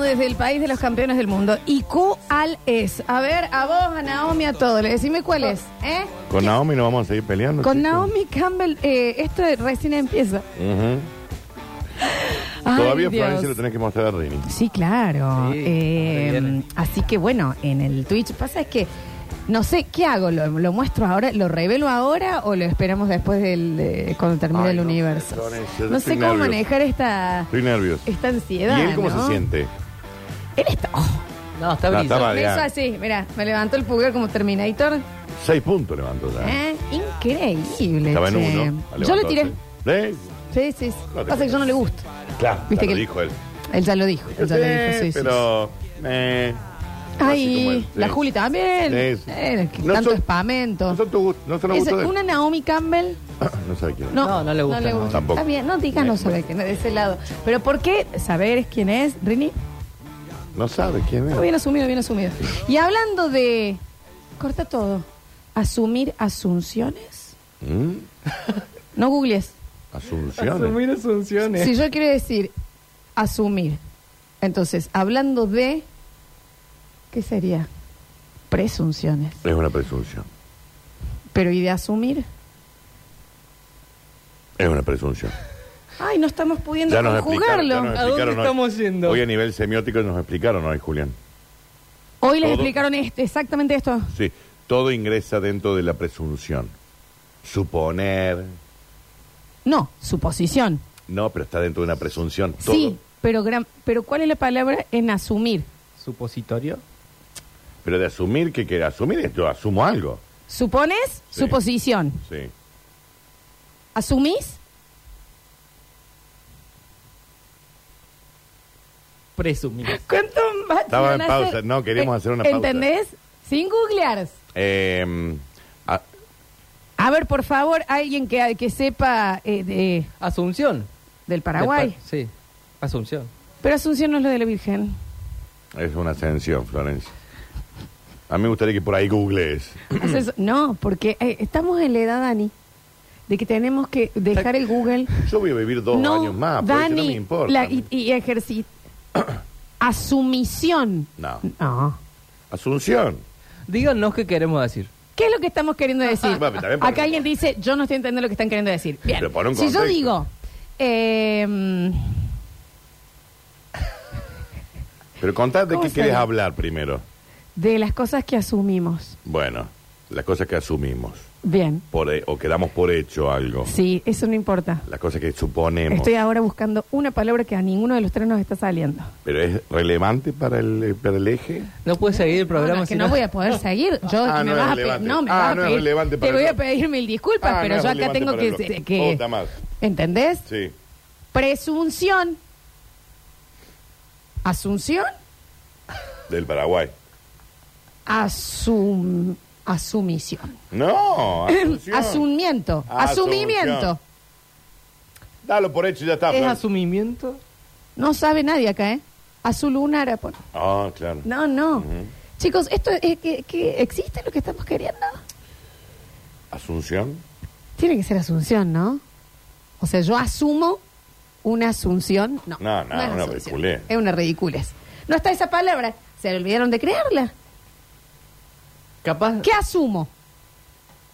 desde el país de los campeones del mundo. ¿Y cuál es? A ver, a vos, a Naomi, a todos. Le decime cuál es. ¿Eh? Con Naomi nos vamos a seguir peleando. Con chicos. Naomi Campbell, eh, esto recién empieza. Ujú. Ay, Todavía Dios. Florencia lo tenés que mostrar a Rini. Sí, claro. Sí, Eh, ahora viene. así que bueno, en el Twitch pasa es que no sé qué hago, lo, lo muestro ahora, lo revelo ahora o lo esperamos después del eh, cuando termine Ay, el no sé, universo. Florencia, yo no estoy sé cómo nervioso. manejar esta Estoy nervioso. esta ¿Y ansiedad. él cómo ¿no? se siente? Él está. oh, No, está No, brillante. está mal. me Adrián. hizo así, mira, me levantó el pulgar como Terminator. Seis puntos levantó ya. Eh, Increíble. Ah. Estaba en che. uno. a Yo lo tiré. levantarse. ¿Sí? Sí, sí. sí. No te Pasa que yo no le gusto. Claro, Viste ya lo que- dijo él. Él ya lo dijo. Él ya lo dijo. Sí, Sí, sí, sí. pero... eh, así como él, Ay, sí. la Juli también. Sí, sí. Eh, que No tanto son- espamento. No son tu gusto, no son los Es gustos de él. una Naomi Campbell. No sabe quién es. No, No, no le gusta, no. Tampoco. Eh, Está bien, no digas no saber quién es de ese lado. Pero ¿por qué saber quién es, Rini? No sabe quién No, es. bien asumido, bien asumido. Y hablando de. Corta todo. Asumir asunciones. ¿Mm? No googlees. Asunciones. asunciones. Si yo quiero decir asumir, entonces, hablando de. ¿Qué sería? Presunciones. Es una presunción. Pero ¿y de asumir? Es una presunción. Ay, no estamos pudiendo Ya nos explicaron. conjugarlo. ya nos ¿A dónde explicaron hoy. estamos yendo? Hoy a nivel semiótico nos explicaron hoy, Julián. Hoy les Todo- explicaron este, exactamente esto. Sí, todo ingresa dentro de la presunción. Suponer. No, suposición. No, pero está dentro de una presunción. Todo. Sí, pero, gran, pero ¿cuál es la palabra en asumir? Supositorio. Pero de asumir que quiere asumir esto, asumo algo. ¿Supones? Sí. Suposición. Sí. ¿Asumís? Presumir. ¿Cuánto más? Estaba van en a pausa, no, queríamos hacer una pausa. ¿Entendés? Sin googlear. Eh, a- A ver, por favor, alguien que, que sepa eh, de- Asunción. del Paraguay. Del pa- sí. Asunción. pero Asunción no es lo de la Virgen. es una ascensión, Florencia. A mí me gustaría que por ahí googlees. Entonces, no, porque eh, estamos en la edad, Dani, de que tenemos que dejar el Google. Yo voy a vivir dos no, años más, por eso Dani, no me importa. la- y, y ejercit- Asumición. No. No. Asunción. Díganos qué queremos decir. ¿Qué es lo que estamos queriendo decir? Bueno, pero también Acá por- alguien dice, yo no estoy entendiendo lo que están queriendo decir. Bien. Pero por un si yo contexto. digo, eh, Pero contad de ¿Cómo qué se querés llama? hablar primero. de las cosas que asumimos. Bueno, las cosas que asumimos Bien. por, he- o que damos por hecho algo. Sí, eso no importa. Las cosas que suponemos. Estoy ahora buscando una palabra que a ninguno de los tres nos está saliendo. ¿Pero es relevante para el, para el eje? No puede seguir el No, programa. no, es que si no voy a poder seguir. Yo Ah, me no es vas a pedir, relevante. no, me Ah, vas a no es pedir- relevante te para voy el a bloque. pedir mil disculpas, Ah, pero no es yo acá relevante tengo para el que, bloque. que- Otra más. ¿entendés? Oh, Sí. Presunción, asunción, Del Paraguay. asum, asumición. No. Asunción. Asumimiento. Asunción. Asumimiento. Dalo por hecho y ya está. ¿Es Fran. asumimiento? No sabe nadie acá, ¿eh? Azulunara. pon- Ah, claro. No, no. Ujú. Chicos, ¿esto es que, que existe lo que estamos queriendo? Asunción. Tiene que ser asunción, ¿no? O sea, yo asumo una asunción. No, No, no, es una asunción. ridiculez. Es una ridiculez. No está esa palabra. Se le olvidaron de crearla. Capaz. ¿Qué asumo?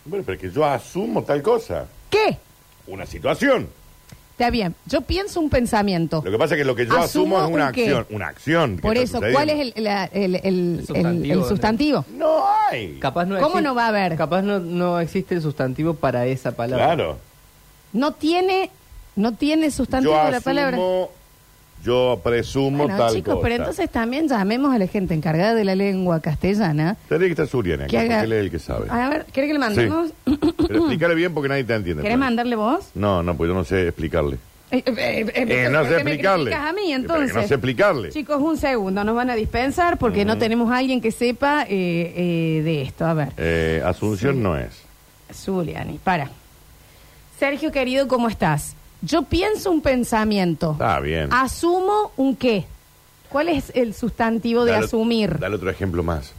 Bueno, pero que yo asumo tal cosa. ¿Qué? Una situación. Está bien. Yo pienso un pensamiento. Lo que pasa es que lo que yo Asumo asumo, es una un qué. acción. Una acción. que Por está eso, sucediendo. ¿cuál es el, la- el- el- el- el Sustantivo, ¿no? sustantivo? No hay. Capaz no ¿Cómo existe- no va a haber? Capaz no, no existe el sustantivo para esa palabra. Claro. No tiene, no tiene sustantivo Yo la palabra. asumo, yo presumo Bueno, tal chicos, cosa. pero entonces también llamemos a la gente encargada de la lengua castellana. Tendría que estar Suriana, acá, Que haga- porque él es el que sabe. A ver, ¿querés que le mandemos? Pero explícale bien porque nadie te entiende. ¿Querés Fran. mandarle vos? No, no, pues yo no sé explicarle. Eh, eh, eh, Eh, no ¿por sé qué me explicarle. Eh, criticas a mí, Pero que entonces. no sé explicarle. Mm. Chicos, un segundo, nos van a dispensar porque no tenemos a alguien que sepa eh, eh, de esto. A ver, Eh, Asunción no es. Zuliani, para. Sergio, querido, ¿cómo estás? Yo pienso un pensamiento. Está bien. Asumo un qué. ¿Cuál es el sustantivo de Dale- asumir? Dale otro ejemplo más.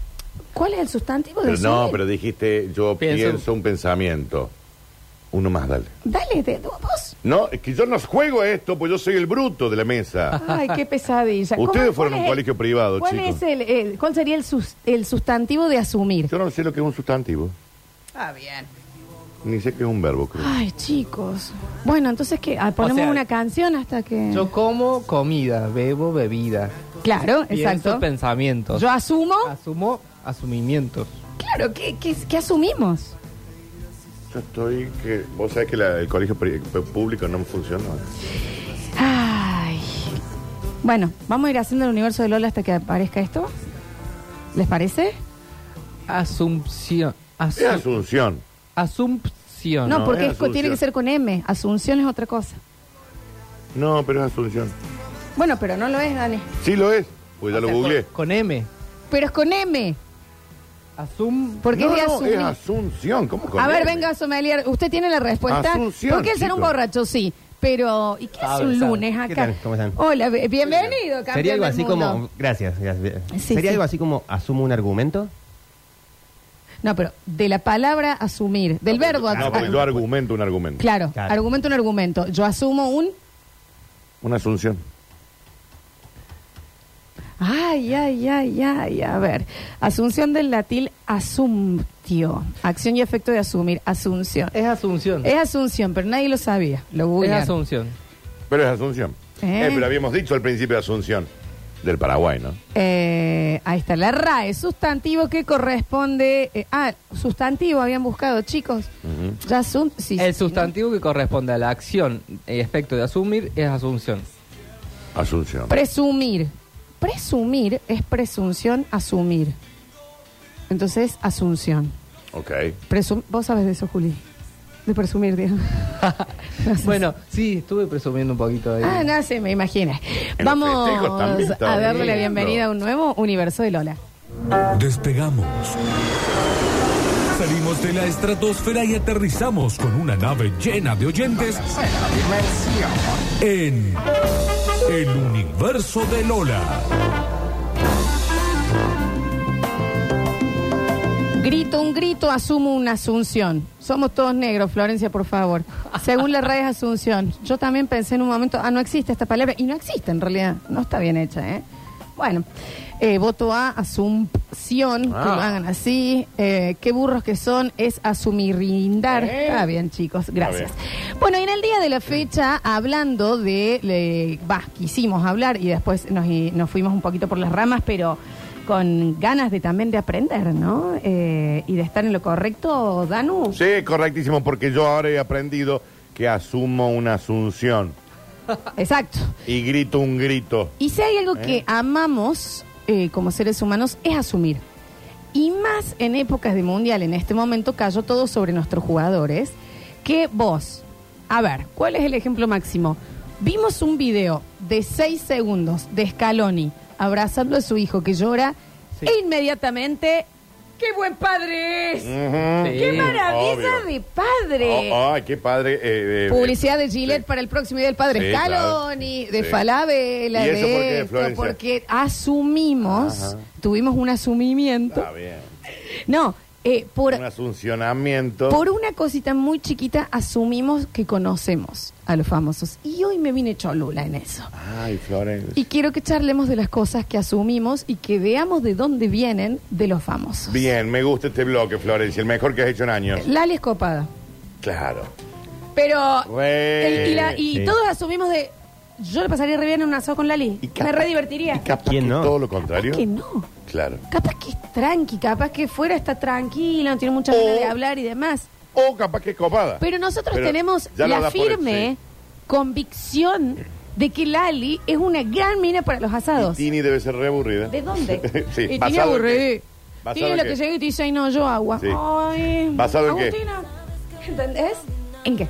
¿Cuál es el sustantivo de Pero no, asumir? pero dijiste, yo Pienso- pienso un pensamiento. Uno más, dale. Dale, de, vos. No, es que yo no juego esto, pues yo soy el bruto de la mesa. Ay, qué pesadilla. ¿Cómo- Ustedes cuál fueron a un es el- colegio privado, ¿Cuál, chicos. es el, el- ¿Cuál sería el, sus- el sustantivo de asumir? Yo no sé lo que es un sustantivo, Ah, bien. ni sé qué es un verbo, creo. Ay, chicos. Bueno, entonces, ¿qué? Ah, ponemos O sea, una canción hasta que... Yo como comida, bebo bebida. Claro, Pienso Ah. exacto. pensamientos. Yo asumo... asumo asumimientos. Claro, ¿qué, qué, qué asumimos? Yo estoy que. Vos sabés que la- el colegio pri- público no funcionó. Ay. Bueno, vamos a ir haciendo el universo de Lola hasta que aparezca esto. ¿Les parece? Asunción. Es Asu- Asunción. asunción. No, no, porque es es co- tiene Asunción. que ser con M. Asunción es otra cosa. No, pero es Asunción. Bueno, pero no lo es, Dani. Sí lo es, pues ya O lo sea, googleé. Con, con M. Pero es con M. Asum. Porque no, es de no, asumir. es Asunción. ¿Cómo con a ver, M? venga, sommelier. Usted tiene la respuesta. Ah, Asunción, porque él será un chico. borracho, sí. Pero, ¿y qué hace Sabe, un sabe. lunes acá? ¿Qué tal? ¿Cómo están? Hola, be- bienvenido, campeón Sería algo del así mundo. como. Gracias. gracias. Sí, Sería sí. algo así como asumo un argumento. No, pero de la palabra asumir, del verbo No, porque asumir. yo argumento un argumento. Claro, Claro. argumento un argumento. Yo asumo un. Una Asunción. Ay, ay, ay, ay. A ver. Asunción del latín asumtio. Acción y efecto de asumir. Asunción. Es asunción. Es asunción, pero nadie lo sabía. Lo Es googlearon. asunción. Pero es Asunción. ¿Eh? Eh, pero habíamos dicho al principio Asunción. Del Paraguay, ¿no? Eh, ahí está, la RAE, sustantivo que corresponde. eh, ah, sustantivo habían buscado, chicos. Ujú. Ya asun- sí, El sí, ¿no? sustantivo que corresponde a la acción y efecto de asumir es asunción. Asunción. Presumir. Presumir es presunción, asumir. Entonces, asunción. ok. Presum- Vos sabes de eso, Juli. De presumir, digo. No sé si- Bueno, sí, estuve presumiendo un poquito ahí. Ah, no sé, me imaginé. En los Vamos festejos también está a darle la bien, bienvenida ¿no? a un nuevo universo de Lola. Despegamos. Salimos de la estratosfera y aterrizamos con una nave llena de oyentes en el universo de Lola. Grito un grito, asumo una asunción. Somos todos negros, Florencia, por favor. Según las redes, asunción. Yo también pensé en un momento, ah, no existe esta palabra. Y no existe, en realidad. No está bien hecha, ¿eh? Bueno, eh, voto A, asunción, que Ah. lo hagan así. Eh, qué burros que son, es asumirindar. Eh. Está bien, chicos, gracias. Está Bueno, y en el día de la fecha, hablando de. le- bah, quisimos hablar y después nos, i- nos fuimos un poquito por las ramas, pero con ganas de también de aprender, ¿no? Eh, y de estar en lo correcto, Danu. Sí, correctísimo, porque yo ahora he aprendido que asumo una Asunción. Exacto. Y grito un grito. Y si hay algo Eh. que amamos eh, como seres humanos es asumir. Y más en épocas de mundial, en este momento cayó todo sobre nuestros jugadores. Que vos, a ver, ¿cuál es el ejemplo máximo? Vimos un video de 6 segundos de Scaloni abrazando a su hijo que llora Sí. e inmediatamente, ¡qué buen padre es! Ujú. Mm, Sí. ¡Qué maravilla obvio. de padre! Oh, ay, qué padre. eh, eh, Publicidad de eh, Gillette sí. para el próximo día del padre Sí, Scaloni, claro. de Sí. Falabella, ¿Y eso por qué, de esto, Florencia? porque asumimos, Ajá. tuvimos un asumimiento. Está bien. No, eh, por, un asuncionamiento. por una cosita muy chiquita asumimos que conocemos a los famosos. Y hoy me vine cholula en eso. Ay, Florencia. Y quiero que charlemos de las cosas que asumimos y que veamos de dónde vienen de los famosos. Bien, me gusta este bloque, Florencia, el mejor que has hecho en años. Lali es copada. Claro. Pero. Re. el- y la- y Sí. todos asumimos de. Yo le pasaría re bien en un asado con Lali. Y capaz- Me re divertiría. Y capaz ¿Quién que no? todo lo Capaz contrario. que no. Claro. Capaz que es tranqui, capaz que fuera está tranquila, no tiene mucha O- ganas de hablar y demás. O Oh, capaz que es copada. Pero nosotros Pero tenemos ya lo la da por el- firme sí. convicción de que Lali es una gran mina para los Y asados. Tini debe ser re aburrida. ¿De dónde? sí, y tiene basado en qué. aburrido. ¿Basado Tiene en lo qué? que llega y te dice, ay, no, yo agua. Sí. Ay, ¿Basado en qué? Agustina. ¿Entendés? ¿En qué?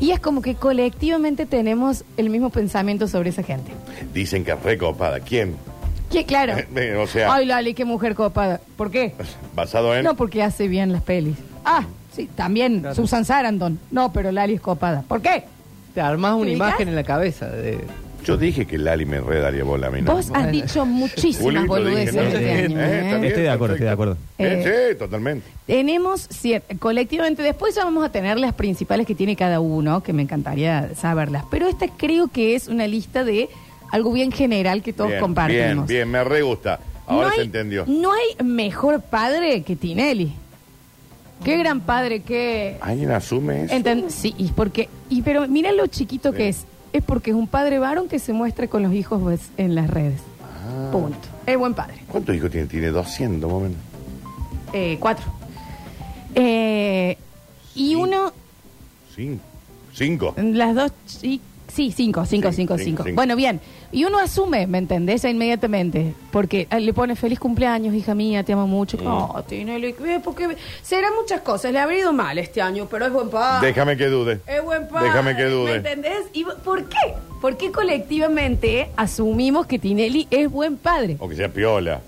Y es como que colectivamente tenemos el mismo pensamiento sobre esa gente. Dicen que es re copada. ¿Quién? Que claro. o sea, Ay, Lali, qué mujer copada. ¿Por qué? basado en. No, pues- porque hace bien las pelis. Ah, sí, también Claro. Susan Sarandon. No, pero Lali es copada. ¿Por qué? Te armas una ¿Te imagen ubicas? en la cabeza de Yo dije que Lali me redaría bola a mí. ¿no? Vos Bueno, has dicho muchísimas Julito, dije, boludeces no, este sí, año, eh, ¿eh? está bien, Estoy de acuerdo, estoy de acuerdo. Eh, sí, totalmente. Tenemos cier- colectivamente, después ya vamos a tener las principales que tiene cada uno, que me encantaría saberlas, pero esta creo que es una lista de algo bien general que todos Bien, Bien, compartimos. bien, me re gusta. Ahora No se hay- entendió. No hay mejor padre que Tinelli. Qué gran padre que... ¿Alguien asume eso? Enten- sí, y porque... Y pero mira lo chiquito Sí. que es. Es porque es un padre varón que se muestra con los hijos pues, en las redes. Punto. Es buen padre. ¿Cuántos hijos tiene? Tiene 200, más o menos. Eh, cuatro. Eh, y Sí. uno, Cinco. Cinco. las dos, chi- sí, cinco, cinco, Sí, cinco, cinco, cinco. cinco. Bueno, bien. Y uno asume, ¿me entendés? Ya inmediatamente. Porque eh, le pone feliz cumpleaños, hija mía, te amo mucho. No, Tinelli, eh, porque serán muchas cosas. Le habrá ido mal este año, pero es buen padre. Déjame que dude. Es buen padre. Déjame que ¿Me dude. entendés? ¿Y vo- por qué? ¿Por qué colectivamente asumimos que Tinelli es buen padre? O que sea piola.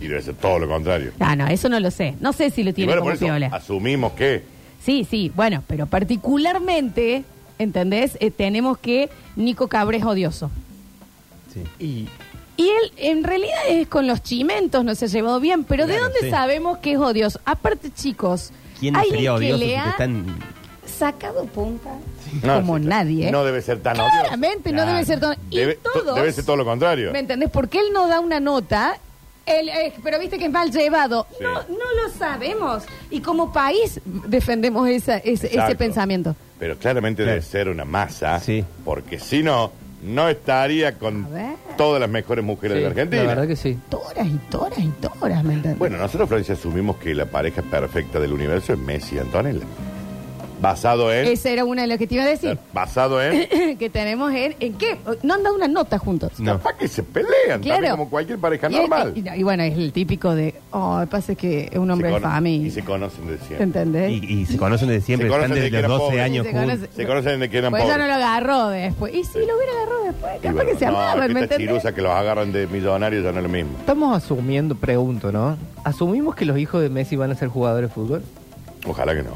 Y debe ser todo lo contrario. Ah, no, eso no lo sé. No sé si lo y tiene bueno, como por eso piola. asumimos que. Sí, sí, bueno, pero particularmente, ¿entendés? Eh, tenemos que Nico Cabré es odioso. Sí. Y Y él en realidad es con los chimentos, no se ha llevado bien, pero ¿de Claro, dónde sí. sabemos que es odioso? Aparte, chicos, ¿Quién alguien sería que odioso si le te ha están sacado punta No, como sí, nadie. ¿eh? Ah, No debe ser tan odioso. Claramente, no Claro. debe ser todo. Debe, y todos, debe ser todo lo contrario. ¿me entendés? Porque él no da una nota, él, eh, pero viste que es mal llevado. Sí. No, no lo sabemos. Y como país defendemos esa, ese- ese Exacto. pensamiento. Pero claramente debe Claro. ser una masa. Sí. Porque si no, no estaría con A ver. todas las mejores mujeres sí, de la Argentina. la verdad que sí. toras y toras y toras, ¿me entiendes? Bueno, nosotros, Florencia, asumimos que la pareja perfecta del universo es Messi y Antonella. Basado en. Esa era una de las que te iba a decir. Basado en. que tenemos en, ¿en qué? No han dado una nota juntos. No. Capaz que se pelean, también Claro. como cualquier pareja Y- normal. Y, y bueno, es el típico de, oh, pasa que es un hombre Se de cono- Y familia. se conocen de ¿Te siempre. entendés? y, y se conocen desde siempre, Se conocen están desde desde que los era 12 pobre. años Se juntos. conoce- Se conocen de que eran Pues ya no pobres. lo agarró después. Y si lo hubiera agarrado después, Y capaz bueno, que se no, amaban, ¿me estas entendés? chirusas que los agarran de millonarios ya no es lo mismo. Estamos asumiendo, pregunto, ¿no? ¿Asumimos que los hijos de Messi van a ser jugadores de fútbol? Ojalá que no.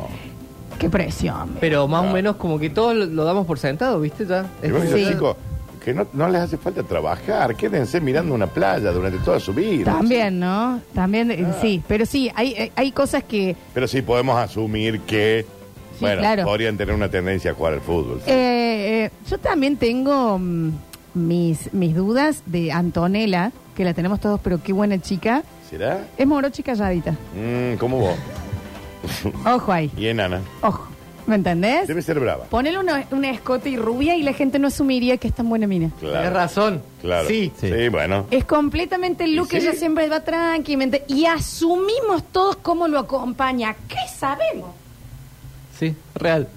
Qué presión. Pero más Claro. o menos como que todos lo, lo damos por sentado, ¿viste? Ya. Y bueno, Eh, Sí. yo, chicos, que no, no les hace falta trabajar. Quédense mirando una playa durante toda su vida. También, ¿no? También, eh, Ah. sí. Pero sí, hay, eh, hay- hay cosas que... Pero sí podemos asumir que. Sí, bueno, claro. podrían tener una tendencia a jugar al fútbol. sí. Eh, eh, yo también tengo mm, mis, mis dudas de Antonella, que la tenemos todos, pero qué buena chica. ¿Será? Es morocha y calladita. Mm, ¿Cómo vos? Ojo ahí. Y enana. Ojo. ¿Me entendés? Debe ser brava. Ponele una, una escote y rubia y la gente no asumiría que es tan buena mina. Claro. Tenés razón. Claro. Sí. sí. Sí. bueno. Es completamente el look Y que sí. ella siempre va tranquilamente. Y asumimos todos cómo lo acompaña. ¿Qué sabemos? Sí, real.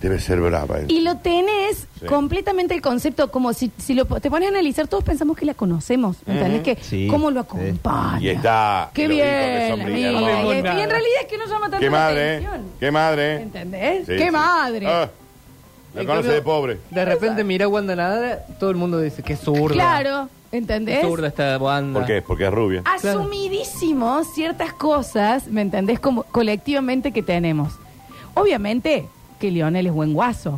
Debe ser brava. eh. Y lo tenés Sí. completamente el concepto, como si, si lo, po- te pones a analizar, todos pensamos que la conocemos. ¿Entendés? que Sí. ¿Cómo lo Sí. acompaña? Y está. ¡Qué y los bien! hijos que son amiga. brillantes. hermosos. Y en realidad es que no llama tanto ¡Qué la madre! ¿eh? atención. ¡Qué madre! ¿Entendés? Sí, ¡Qué sí. madre! Ah, la En conoce cambio, de pobre. De repente mira a Wanda Nara, todo el mundo dice que es zurda. Claro, Qué ¿entendés? zurda esta Wanda. ¿Por qué? Porque es rubia. Ah, Claro. asumidísimos ciertas cosas, ¿me entendés? Como colectivamente que tenemos. Obviamente que Lionel es buen guaso.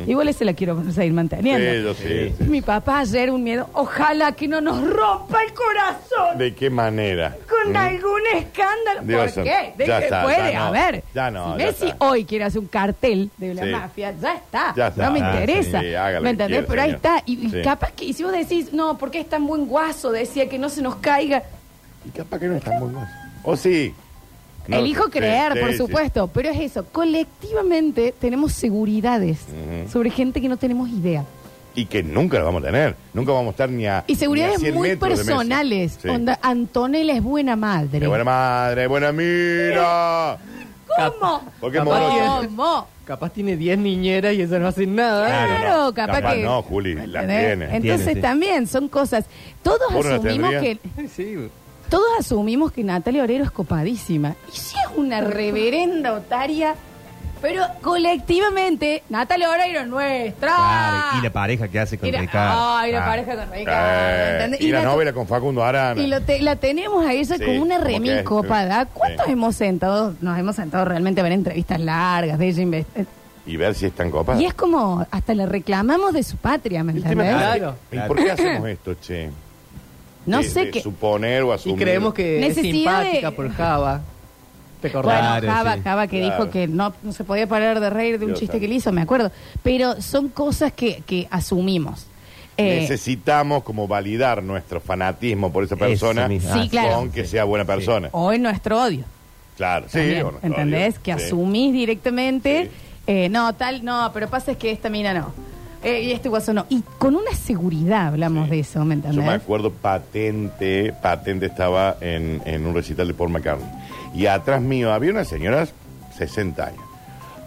Ujú. Igual ese la quiero seguir Sí, manteniendo. yo sí, sí. Mi papá ayer un miedo, ojalá que no nos rompa el corazón ¿De qué manera? con ¿Mm? algún escándalo. Dios ¿Por santo. qué? ¿De Ya qué está, puede? ya no. A ver, Ya no, si ya Messi está. hoy quiere hacer un cartel de la Sí. mafia, ya está. Ya está. No me Ah, interesa. sí, haga lo ¿Me que entendés? quiera, Pero ahí señor. está. Y, y Sí. capaz que y si vos decís, no, porque es tan buen guaso, decía que no se nos caiga. Y capaz que no es tan buen guaso. ¿O sí? No, Elijo sí, creer, sí, por sí. supuesto, pero es eso. Colectivamente tenemos seguridades Ujú. sobre gente que no tenemos idea. Y que nunca lo vamos a tener. Nunca vamos a estar ni a. Y ni a seguridades 100 muy metros de Messi. personales. Sí. Onda, Antonella es buena madre. ¡Qué buena madre! ¡Buena mira! ¿Cómo? Porque es Capaz morocha. que- ¿Cómo? Capaz tiene 10 niñeras y ella no hace nada. Claro, no, capaz, capaz que. no, Juli, la ¿Entendés? tiene, Entonces tiene, sí. también son cosas. Todos ¿Vos no la asumimos tendrías? que. Sí. Todos asumimos que Natalia Orero es copadísima. Y si es una reverenda otaria. Pero colectivamente, Natalia Oreiro es nuestra. Claro, y la pareja que hace con Ah. Mira, Ricardo. Ay, la Ah. pareja con Ricardo. Eh, ¿entendés? y, la, to- novela con Facundo Arana. y lo te- la tenemos a ella Sí, como una como que remis es, copada. sí. ¿Cuántos Sí. hemos sentado? Nos hemos sentado realmente a ver entrevistas largas de ella. inve- eh, Y y ver si están copadas. Y es como, hasta le reclamamos de su patria, ¿me El tema es- entendés? Claro. ¿Y por qué hacemos esto, che? No De- sé de qué. Suponer o asumir. Y creemos que es Necesidad de- simpática por Java. ¿Te acordás? Bueno, Claro, Java, sí. Java que Claro. dijo que no, no se podía parar de reír de un Dios chiste santo. que le hizo, me acuerdo. Pero son cosas que, que asumimos. Eh, Necesitamos como validar nuestro fanatismo por esa persona Eso mismo. Ah, Sí, claro. con que sea buena persona. hoy nuestro odio. Claro, sí. también, o no, ¿Entendés? todavía, Que sí. asumís directamente. Sí. eh, no, tal, no, pero pasa es que esta mina no. eh, y este guaso no. Y con una seguridad hablamos Sí. de eso, ¿me entendés? Yo me acuerdo patente, patente estaba en, en un recital de Paul McCartney. Y atrás mío había unas señoras 60 años.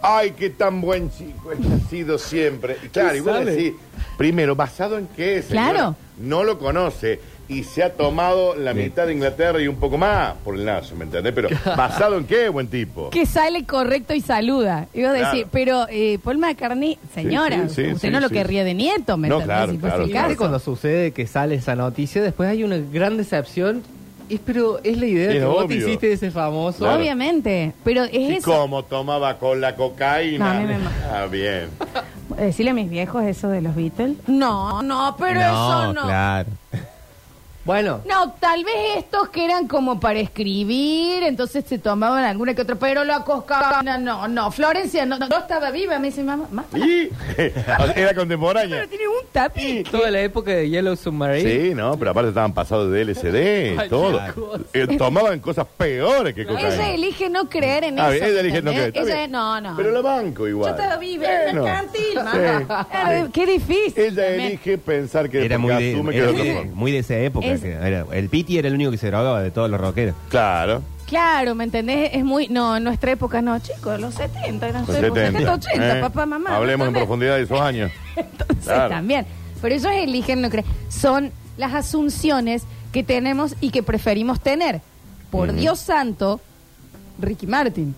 Ay, qué tan buen chico este ha sido siempre. Y claro, y vos sale? decís, primero, ¿basado en qué, señora? Claro. No lo conoce y se ha tomado la Bien. mitad de Inglaterra y un poco más por el nazo, ¿me entendés? Pero, ¿basado en qué, buen tipo? Que sale correcto y saluda. Y vos Claro. decís, pero eh, Paul McCartney, señora, sí, sí, usted sí, no lo sí. querría de nieto, ¿me No, entendés? claro, Si fuese claro, el claro. Y caso. aparte cuando sucede que sale esa noticia, después hay una gran decepción. Es, pero es la idea Es que vos te obvio. hiciste de ese famoso. Claro. Obviamente, pero es ¿Y eso. cómo tomaba con la No, a cocaína? mí me ma- ah, bien. Decirle a mis viejos eso de los Beatles. No, no, pero no, eso no. claro. Bueno, No, tal vez estos que eran como para escribir, entonces se tomaban alguna que otra, pero la cosca. No, no, no. Florencia no, no, no estaba viva, me dice mamá. mamá, Y era contemporánea. Pero tiene un tapiz. toda la época de Yellow Submarine. Sí, no, pero aparte estaban pasados de LCD, Ay, todo. qué cosa. Eh, tomaban cosas peores que cocaína. Ella elige no creer en Ah, eso. bien, ella elige no ¿entendés? creer, está Ella bien. no, no. Pero la banco igual. Yo estaba viva, en Bueno, la cantil, sí. mamá. Eh, Qué difícil. Ella también. elige pensar que Era muy porque de, asume que era de muy otra de- forma. muy de esa época. Es- que era- el Piti era el único que se drogaba de todos los rockeros. Claro. Claro, ¿me entendés? Es muy. No, en nuestra época no, chicos, los 70, no sé, los 70, 80, ¿eh? papá, mamá. Hablemos en ¿entendés? profundidad de esos años. Entonces Claro. también. Pero ellos eligen no creer. Son las asunciones que tenemos y que preferimos tener. Por Dios santo, Ricky Martin,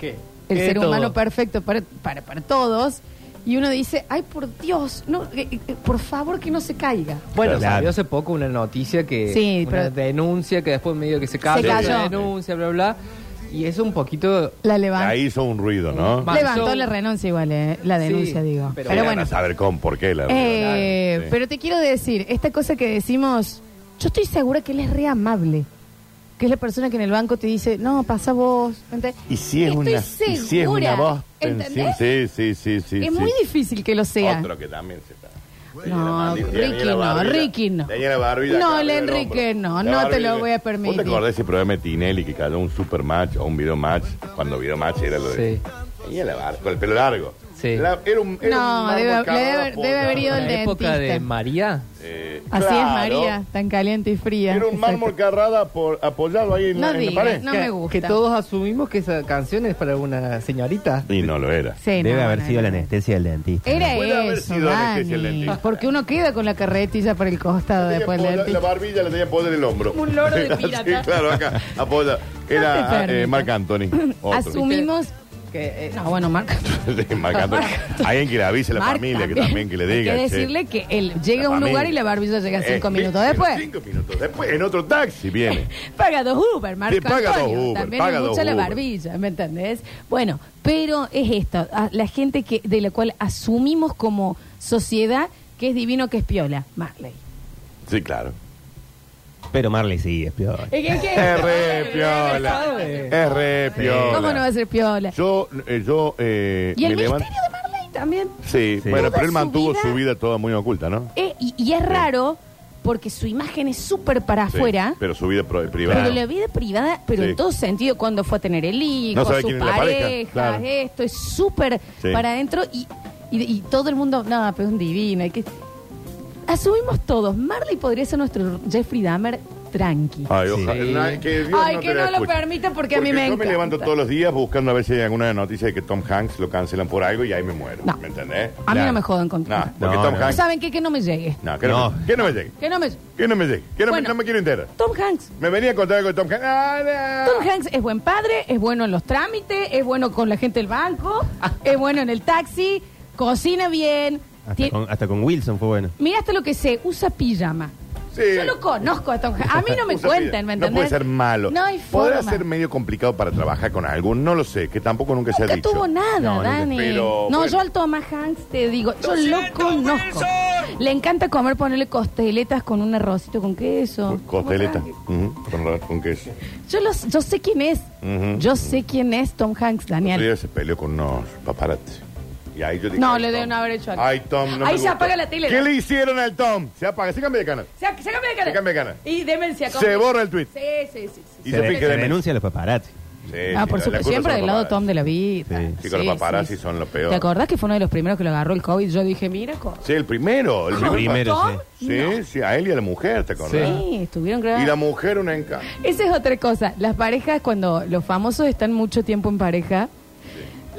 ¿Qué? el ser ¿Qué de Eh, todo? humano perfecto para, para, para todos. Y uno dice, ay, por Dios, no, eh, eh, por favor que no se caiga. Bueno, Claro. salió hace poco una noticia que. Sí, una pero- denuncia que después medio que se cayó. Se cayó. la denuncia, bla, bla. Y es un poquito. La levanta. Ahí hizo un ruido, ¿no? Ma- Levantó Manso. la renuncia igual, eh, la Sí, denuncia, digo. Pero, pero Van bueno. A saber con por qué la verdad. Eh, Claro, sí. Pero te quiero decir, esta cosa que decimos, yo estoy segura que él es re amable. Que es la persona que en el banco te dice, no, pasa vos. ¿entendés? Y si es Estoy una. y si es una segura, voz. ¿entendés? Sí, sí, sí, sí. es sí. muy difícil que lo sea. Otro que también se está. No, Ricky no, Ricky no. No, el Enrique no, no te lo voy a permitir. ¿Vos te acordás de ese programa de Tinelli que cayó un super match o un video match? Cuando video match era lo de. Sí. Tenía la barba, con el pelo largo. Sí. Era, era un. Era No, un debe- marcado debe- a la debe polla. haber ido el la época dentista. de María. Eh, Así claro, es María, tan caliente y fría. Era un Exacto. mármol carrada por, apoyado ahí en, No la- en digas, la pared. no. que, me gusta. Que todos asumimos que esa canción es para una señorita. Y no lo era. Sí, Debe no, haber no, sido no. la anestesia del dentista. Era Puede haber eso, sido anestesia el Dani, dentista. porque uno queda con la carretilla por el costado Tenía después del apoyada- la dentista. barbilla la tenía poder el hombro. Un loro de Era así, pirata. claro, acá, apoyada. Era te eh, permitas. Marc Anthony. otro. Asumimos Que, eh, No, bueno, Marc. Sí, Marc Anthony. Alguien que le avise a la Marc familia, que también que le diga. Hay que che. decirle que él llega La a un familia. lugar y la barbilla llega Eh, cinco sí, minutos pero después. Cinco minutos después, en otro taxi viene. Paga dos Uber, Marco Sí, paga Antonio. dos Uber, También paga le dos gusta la Uber. barbilla, ¿me entendés? Bueno, pero es esto, a- la gente que de la cual asumimos como sociedad que es divino, que es piola, Marley. Sí, claro. Pero Marley sí, es peor. Es Es re piola. Es re piola. ¿Cómo no va a ser piola? Yo, eh, yo eh, Y el me misterio levanto. de Marley también. Sí, Sí. bueno, Toda pero él su mantuvo vida- su vida toda muy oculta, ¿no? Eh, y, y es raro porque su imagen es súper para Sí, afuera. Pero su vida pro- privada. Pero la vida privada, pero Sí. en todo sentido, cuando fue a tener el hijo, No sabe su quién es la pareja, pareja, claro. esto, es súper Sí. para adentro y, y- y todo el mundo, no, pero es un divino. hay que... Asumimos todos, Marley podría ser nuestro Jeffrey Dahmer tranqui. Ay, Sí. ojalá, que Dios Ay, no que te la no lo escuche. permita porque a mí me yo encanta. me levanto todos los días buscando a ver si hay alguna noticia de que Tom Hanks lo cancelan por algo y ahí me muero. No. ¿Me entendés? A mí Claro. no me jodan con No, porque No, Tom no. Hanks. ¿Saben qué? Que no me llegue. No, que no, No. que no me llegue. Que no me Que no me llegue. Que no, me, Bueno. no me quiero enterar. Tom Hanks. Me venía a contar algo de Tom Hanks. Ah, no. Tom Hanks es buen padre, es bueno en los trámites, es bueno con la gente del banco, Ah. es bueno en el taxi, cocina bien. Hasta, tie- con, hasta con Wilson fue bueno. Mira hasta lo que sé, usa pijama. Sí. Yo lo conozco a Tom Hanks. A mí no me Usa vida. cuenten, ¿me entendés? No puede ser malo. No hay Podrá forma. ser medio complicado para trabajar con algo, no lo sé, que tampoco nunca, se ha Nunca dicho. tuvo nada, No, nunca, Dani. pero, no, bueno. yo al Thomas Hanks te digo, yo lo siento, conozco. Wilson. Le encanta comer, ponerle costeletas con un arrocito con queso. Costeleta. Tom Hanks. Ujú, con, ra- con queso. Yo, los, yo sé quién es. Ujú. Yo sé quién es Tom Hanks, Otro día Daniel. se peleó con unos paparazzi. Y ahí yo dije, No, ay, le Tom. deben haber hecho algo. Ay, Tom, no Ahí me se gusta. apaga la tele. ¿Qué le hicieron al Tom? Se apaga, se cambia de canal. Se, se cambia de cara. Se cambia de cara. Y demencia. Se borra el tweet. Sí, sí, sí. sí. Y se, se de- pique se de denuncia a los paparazzi. Ah, Sí, sí, por Eh, la- la supuesto, culpa siempre del son los lado Tom paparazzi. de la vida. Sí. Sí, con los paparazzi son lo peor. ¿Te acordás que fue uno de los primeros que lo agarró el COVID? Yo dije, mira, co- Sí, el primero. El ¿Cómo? primero. Tom, Sí, sí, a él y a la mujer, ¿te acordás? Sí, estuvieron Y grabados. la mujer una enca. Esa es otra cosa. Las parejas, cuando los famosos están mucho tiempo en pareja,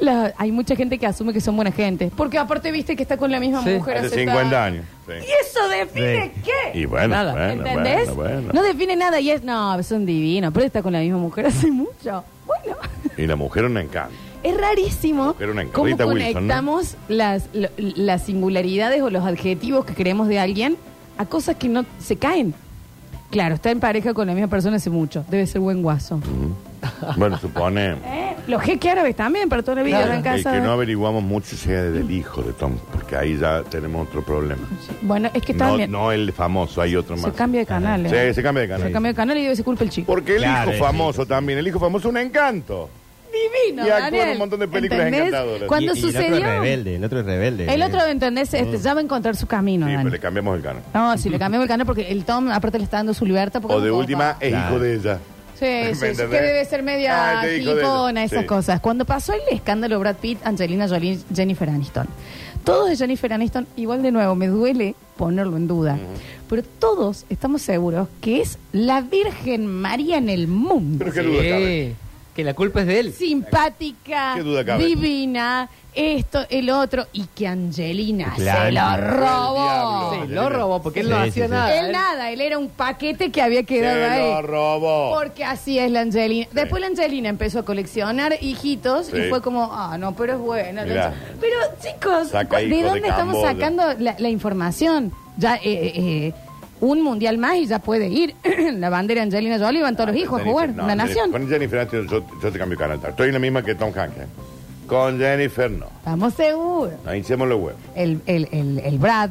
la- hay mucha gente que asume que son buena gente. Porque aparte viste que está con la misma Sí. mujer Hace tanto. 50 años. sí. ¿Y eso define qué? Y bueno, Nada. bueno, ¿Entendés? bueno, bueno. No define nada y es, no, son divinos, pero está con la misma mujer hace mucho. Bueno, Y la mujer un encanto. es rarísimo Pero una cómo Rita Wilson, ¿no? conectamos las, lo- las singularidades o los adjetivos que queremos de alguien a cosas que no se caen. Claro, está en pareja con la misma persona hace mucho. Debe ser buen Mm. guaso. Bueno, suponemos. ¿Eh? Los jeques árabes también, para toda la vida Claro. eran El que casados. no averiguamos mucho sea del hijo de Tom, porque ahí ya tenemos otro problema. Bueno, es que No, también no el famoso, hay otro se más. cambia de canal. Sí, ¿eh? se cambia de Se canal. cambia de canal y debe ser culpa el chico. Porque el Claro, hijo sí. famoso también, el hijo famoso un encanto. Divino, Y actúa en Daniel. un montón de películas ¿Entendés? encantadoras. Cuando Y- y El otro es sucedió... rebelde, el otro es rebelde. El otro, ¿entendés? Este, ya va a encontrar su camino, Mm. sí, Dani. pero le cambiamos el canal. No, si le cambiamos el canal porque el Tom, aparte, le está dando su libertad. porque O no de puedo última, pagar. es Claro. hijo de ella. Sí, sí, sí, que ¿Entendés? debe ser media Ah, este hijo de tipona, ella. esas Sí. cosas. Cuando pasó el escándalo Brad Pitt, Angelina Jolie, Jennifer Aniston. Todos de Jennifer Aniston, igual de nuevo, me duele ponerlo en duda. Pero todos estamos seguros que es la Virgen María en el mundo. Pero qué duda cabe. Sí, que la culpa es de él. Simpática, Qué duda cabe. divina, esto, el otro, y que Angelina se Claro. lo diablo. robó. Sí, lo robó porque él Sí, no sí, hacía sí. nada. Él nada, él era un paquete que había Se quedado ahí. lo robó. Porque así es la Angelina. Después la Angelina empezó a coleccionar hijitos Sí. y fue como, ah, no, pero es buena. Mirá. Pero chicos, Saca ¿de hijos de dónde estamos Camboya. sacando la, la información? Ya eh, eh, eh, un mundial más y ya puede ir. la bandera Angelina Jolie van todos los hijos a Jennifer, jugar, Ah, no, la Jennifer- nación. Con Jennifer Aniston yo, yo te cambio de canal. Estoy en la misma que Tom Hanks. ¿eh? Con Jennifer no. Estamos seguros. No hinchemos los huevos. El, el, el, el Brad.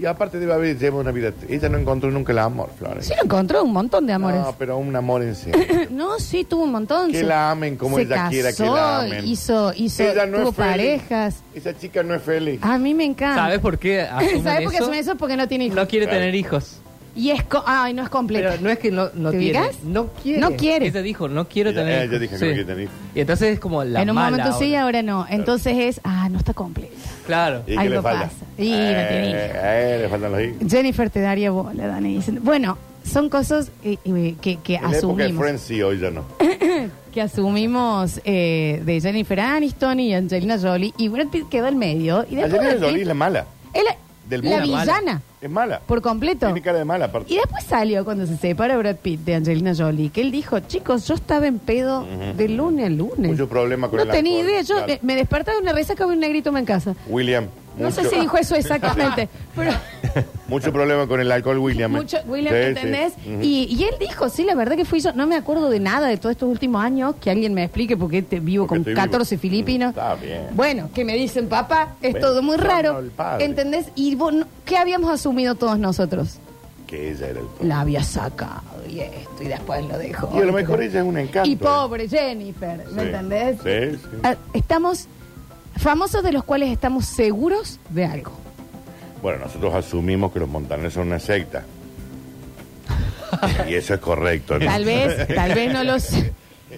Y aparte debe haber llevado una vida. Ella no encontró nunca el amor, Flores. Sí, lo encontró un montón de amores. No, pero un amor en serio. No, sí, tuvo un montón. Que Se- la amen como se ella casó, quiera que la amen. Hizo, hizo, Ella no tuvo es feliz. parejas. Esa chica no es feliz. A mí me encanta. ¿Sabes por qué asumen ¿Sabes por qué Ah, eso? asume eso? Porque no tiene hijos. No quiere Claro. tener hijos. Y es. co- Ay, no es completo. Pero no es que no, no ¿Te tiene. ubicas? No quiere. No quiere. Ella dijo, no quiero Ella- tener. ella hijos. dijo que no quiere tener hijos. Y entonces es como la en un mala momento ahora. sí, ahora no. Entonces es. Ah, no está completa. Claro. ¿Y qué algo le falta? pasa. Y no tiene Eh, hijos. eh, le faltan los hijos. Jennifer te daría bola, Dani. Dicen- Bueno, son cosas eh, eh, que, que En la época de asumimos. Friends sí, hoy ya no. Que asumimos eh, de Jennifer Aniston y Angelina Jolie. Y Brad Pitt quedó al medio. Y después Angelina Brad Jolie Pitt- es la mala. es la, del la mundo. villana. Es mala. Por completo. Tiene cara de mala, aparte. Y después salió cuando se separa Brad Pitt de Angelina Jolie, que él dijo, chicos, yo estaba en pedo de lunes a lunes. Mucho problema con No el tenía alcohol, idea, yo claro. eh, me despertaba de una resaca había un negrito en casa. William. No sé mucho- si dijo eso exactamente, pero Mucho problema con el alcohol, William. ¿eh? mucho, William, Sí, sí. ¿entendés? Ujú. y, y él dijo, sí, la verdad que fui yo, no me acuerdo de nada de todos estos últimos años, que alguien me explique por qué te vivo Porque con estoy vivo. 14 filipinos. Está bien. Bueno, que me dicen, papá, es Bueno, todo muy llama raro, al padre. ¿entendés? Y vos, no- ¿qué habíamos asumido todos nosotros? Que ella era el problema. la había sacado y esto y después lo dejó. Y a lo mejor ella es un encanto. Y ¿eh? pobre Jennifer, ¿me Sí. entendés? Sí, sí. Ah, Estamos famosos de los cuales estamos seguros de algo. Bueno, nosotros asumimos que los montaneros son una secta. y eso es correcto. ¿no? Tal vez, tal vez no los...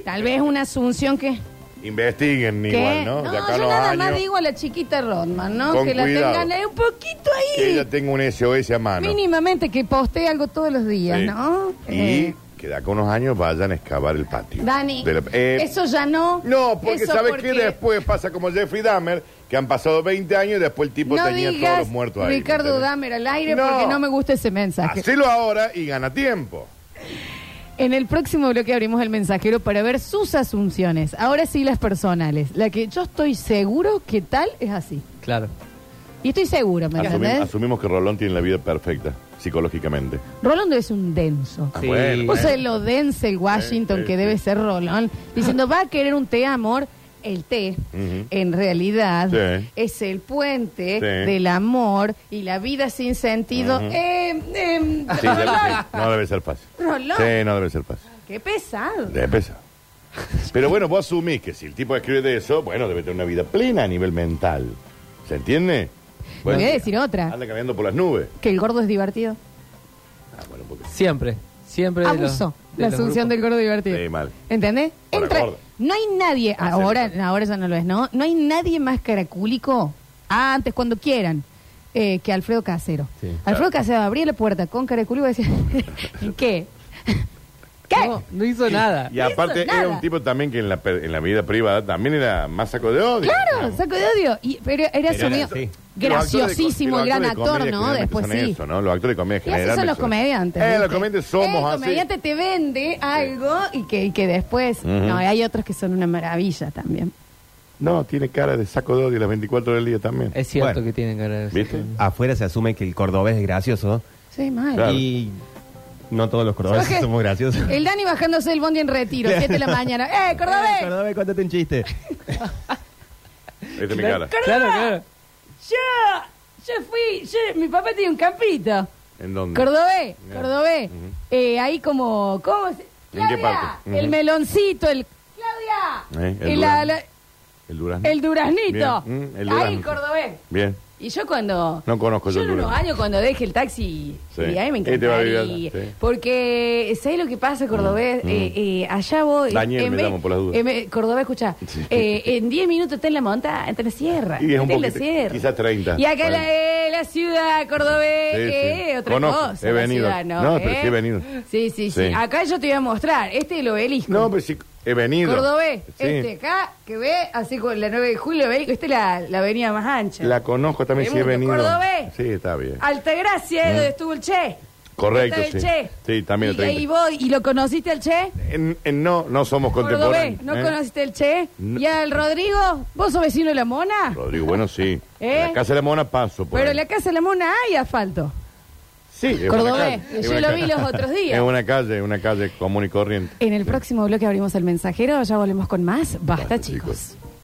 Tal vez una asunción que... Investiguen que igual, ¿no? De acá a yo los nada años, más digo a la chiquita Rodman, ¿no? Con que la cuidado. tengan ahí un poquito Que ahí. ella tenga un SOS a mano. Mínimamente que postee algo todos los días, Sí. ¿no? Y Eh, que de acá a unos años vayan a excavar el patio. Dani, De la- eh, eso ya no. No, porque eso ¿sabes porque- qué? Después pasa como Jeffrey Dahmer, que han pasado 20 años y después el tipo no tenía digas todos los muertos ahí. Ricardo ¿entendés? Dahmer al aire No. Ah, porque no me gusta ese mensaje. Hacelo ahora y gana tiempo. En el próximo bloque abrimos el mensajero para ver sus asunciones. Ahora sí las personales. La que yo estoy seguro que tal es así. Claro. Y estoy segura, ¿me Asumi- entendés? asumimos que Rolón tiene la vida perfecta, psicológicamente. Rolando es un denso. Ah, Sí. bueno, Vos bueno. sabés lo dense el Washington Sí, sí, que sí. debe ser Rolón, diciendo va a querer un té, amor. El té, Ujú. en realidad, Sí. es el puente Sí. del amor y la vida sin sentido. Ujú. Eh, eh, Sí, debe- Rolón, sí, no debe ser fácil. Rolón. Sí, no debe ser fácil. qué pesado. Debe pesar. Pero bueno, vos asumís que si el tipo escribe de eso, bueno, debe tener una vida plena a nivel mental. ¿Se entiende? Bueno, voy a decir otra. Anda cambiando por las nubes. Que el gordo es divertido. Ah, bueno, porque Siempre, siempre. de los- Abuso de la los asunción del grupos. gordo divertido. Sí, mal. ¿Entendés? Ahora Entra- gordo. no hay nadie, Ah, ahora, sí, sí. ahora ya no lo es, ¿no? No hay nadie más caracúlico, ah, antes cuando quieran, eh, que Alfredo Casero. Sí. Alfredo Casero abría la puerta con caracúlico y decía, ¿qué? ¿Qué? No, no hizo nada. Y No hizo aparte era nada. un tipo también que en la, per- en la vida privada también era más saco de odio. Claro, digamos. saco de odio. Y- pero era Pero asumido. sí. Graciosísimo, Los actores de- gran los actores de actor, ¿no? comedia generalmente Después son sí. eso, ¿no? Los actores de comedia Y así son los generalmente comediantes. Eh, los ¿viste? comediantes somos El así. comediante te vende algo y que, y que después. Ujú. No, hay otros que son una maravilla también. No, tiene cara de saco de odio las 24 del día también. Es cierto Bueno. que tienen que agradecer. ¿Viste? Afuera se asume que el cordobés es gracioso Sí, mal. Claro. y no todos los cordobeses ¿Sabes qué? somos graciosos. El Dani bajándose el bondi en retiro, 7 de la mañana. ¡Eh, Eh, Cordobés! cordobés, cuéntate un chiste. Esta es mi cara. Claro, claro. ¡Yo! Yo fui. Yo, mi papá tiene un campito. ¿En dónde? Cordobés, Mm. Bien. Cordobés. Eh, ahí como. ¿Cómo se.? ¿En qué Claudia, parte? El Ujú. meloncito, el. ¡Claudia! Eh, el y la- durazno. la- El durazno. el duraznito. Bien. Mm, el ahí, durazno. Cordobés. Bien. Y yo cuando... No conozco yo yo el en unos Durazno. años cuando deje el taxi, Sí. y ahí me Ahí te va a vivir, encantaría. sí. Porque, ¿sabes lo que pasa, Cordobés? Mm, Eh, eh, allá voy... Daniel, en me vez- llamo por las dudas. en vez- Cordobés, escucha, Sí. en 10 minutos está en la montaña, está en la sierra. Y es un está en la poquito, sierra. quizá 30, Y acá cuarenta. la, eh, la ciudad, Cordobés, Sí, sí. eh, otra Conozco, cosa. he la venido. ciudad, ¿no? No, pero ¿Eh? sí he venido. Sí, sí, sí, Sí. Acá yo te voy a mostrar. Este es el obelisco. No, pero sí, he venido. Cordobés, Sí. este acá, que ve, así con la 9 de julio, ve, esta es la, la avenida más ancha. La conozco también, sí he Pregunto, venido. ¿Cordobés? Sí, está bien. Altagracia, donde estuvo el Che. ¿Eh? Correcto, ¿Dónde está el sí. Sí, y, también el 30. y vos, ¿y lo conociste al Che? En, en no, no somos Cordobés, contemporáneos. ¿no ¿eh? conociste al Che? No. ¿Y al Rodrigo? ¿Vos sos vecino de la Mona? Rodrigo, bueno, sí. ¿Eh? En la casa de la mona paso. Por Pero ahí. en la casa de la Mona hay asfalto. Sí, es una Cordobés, calle, es yo una lo calle. vi los otros días. Es una calle, una calle común y corriente. En el próximo bloque abrimos el mensajero, ya volvemos con más. Basta, Basta, chicos. chicos.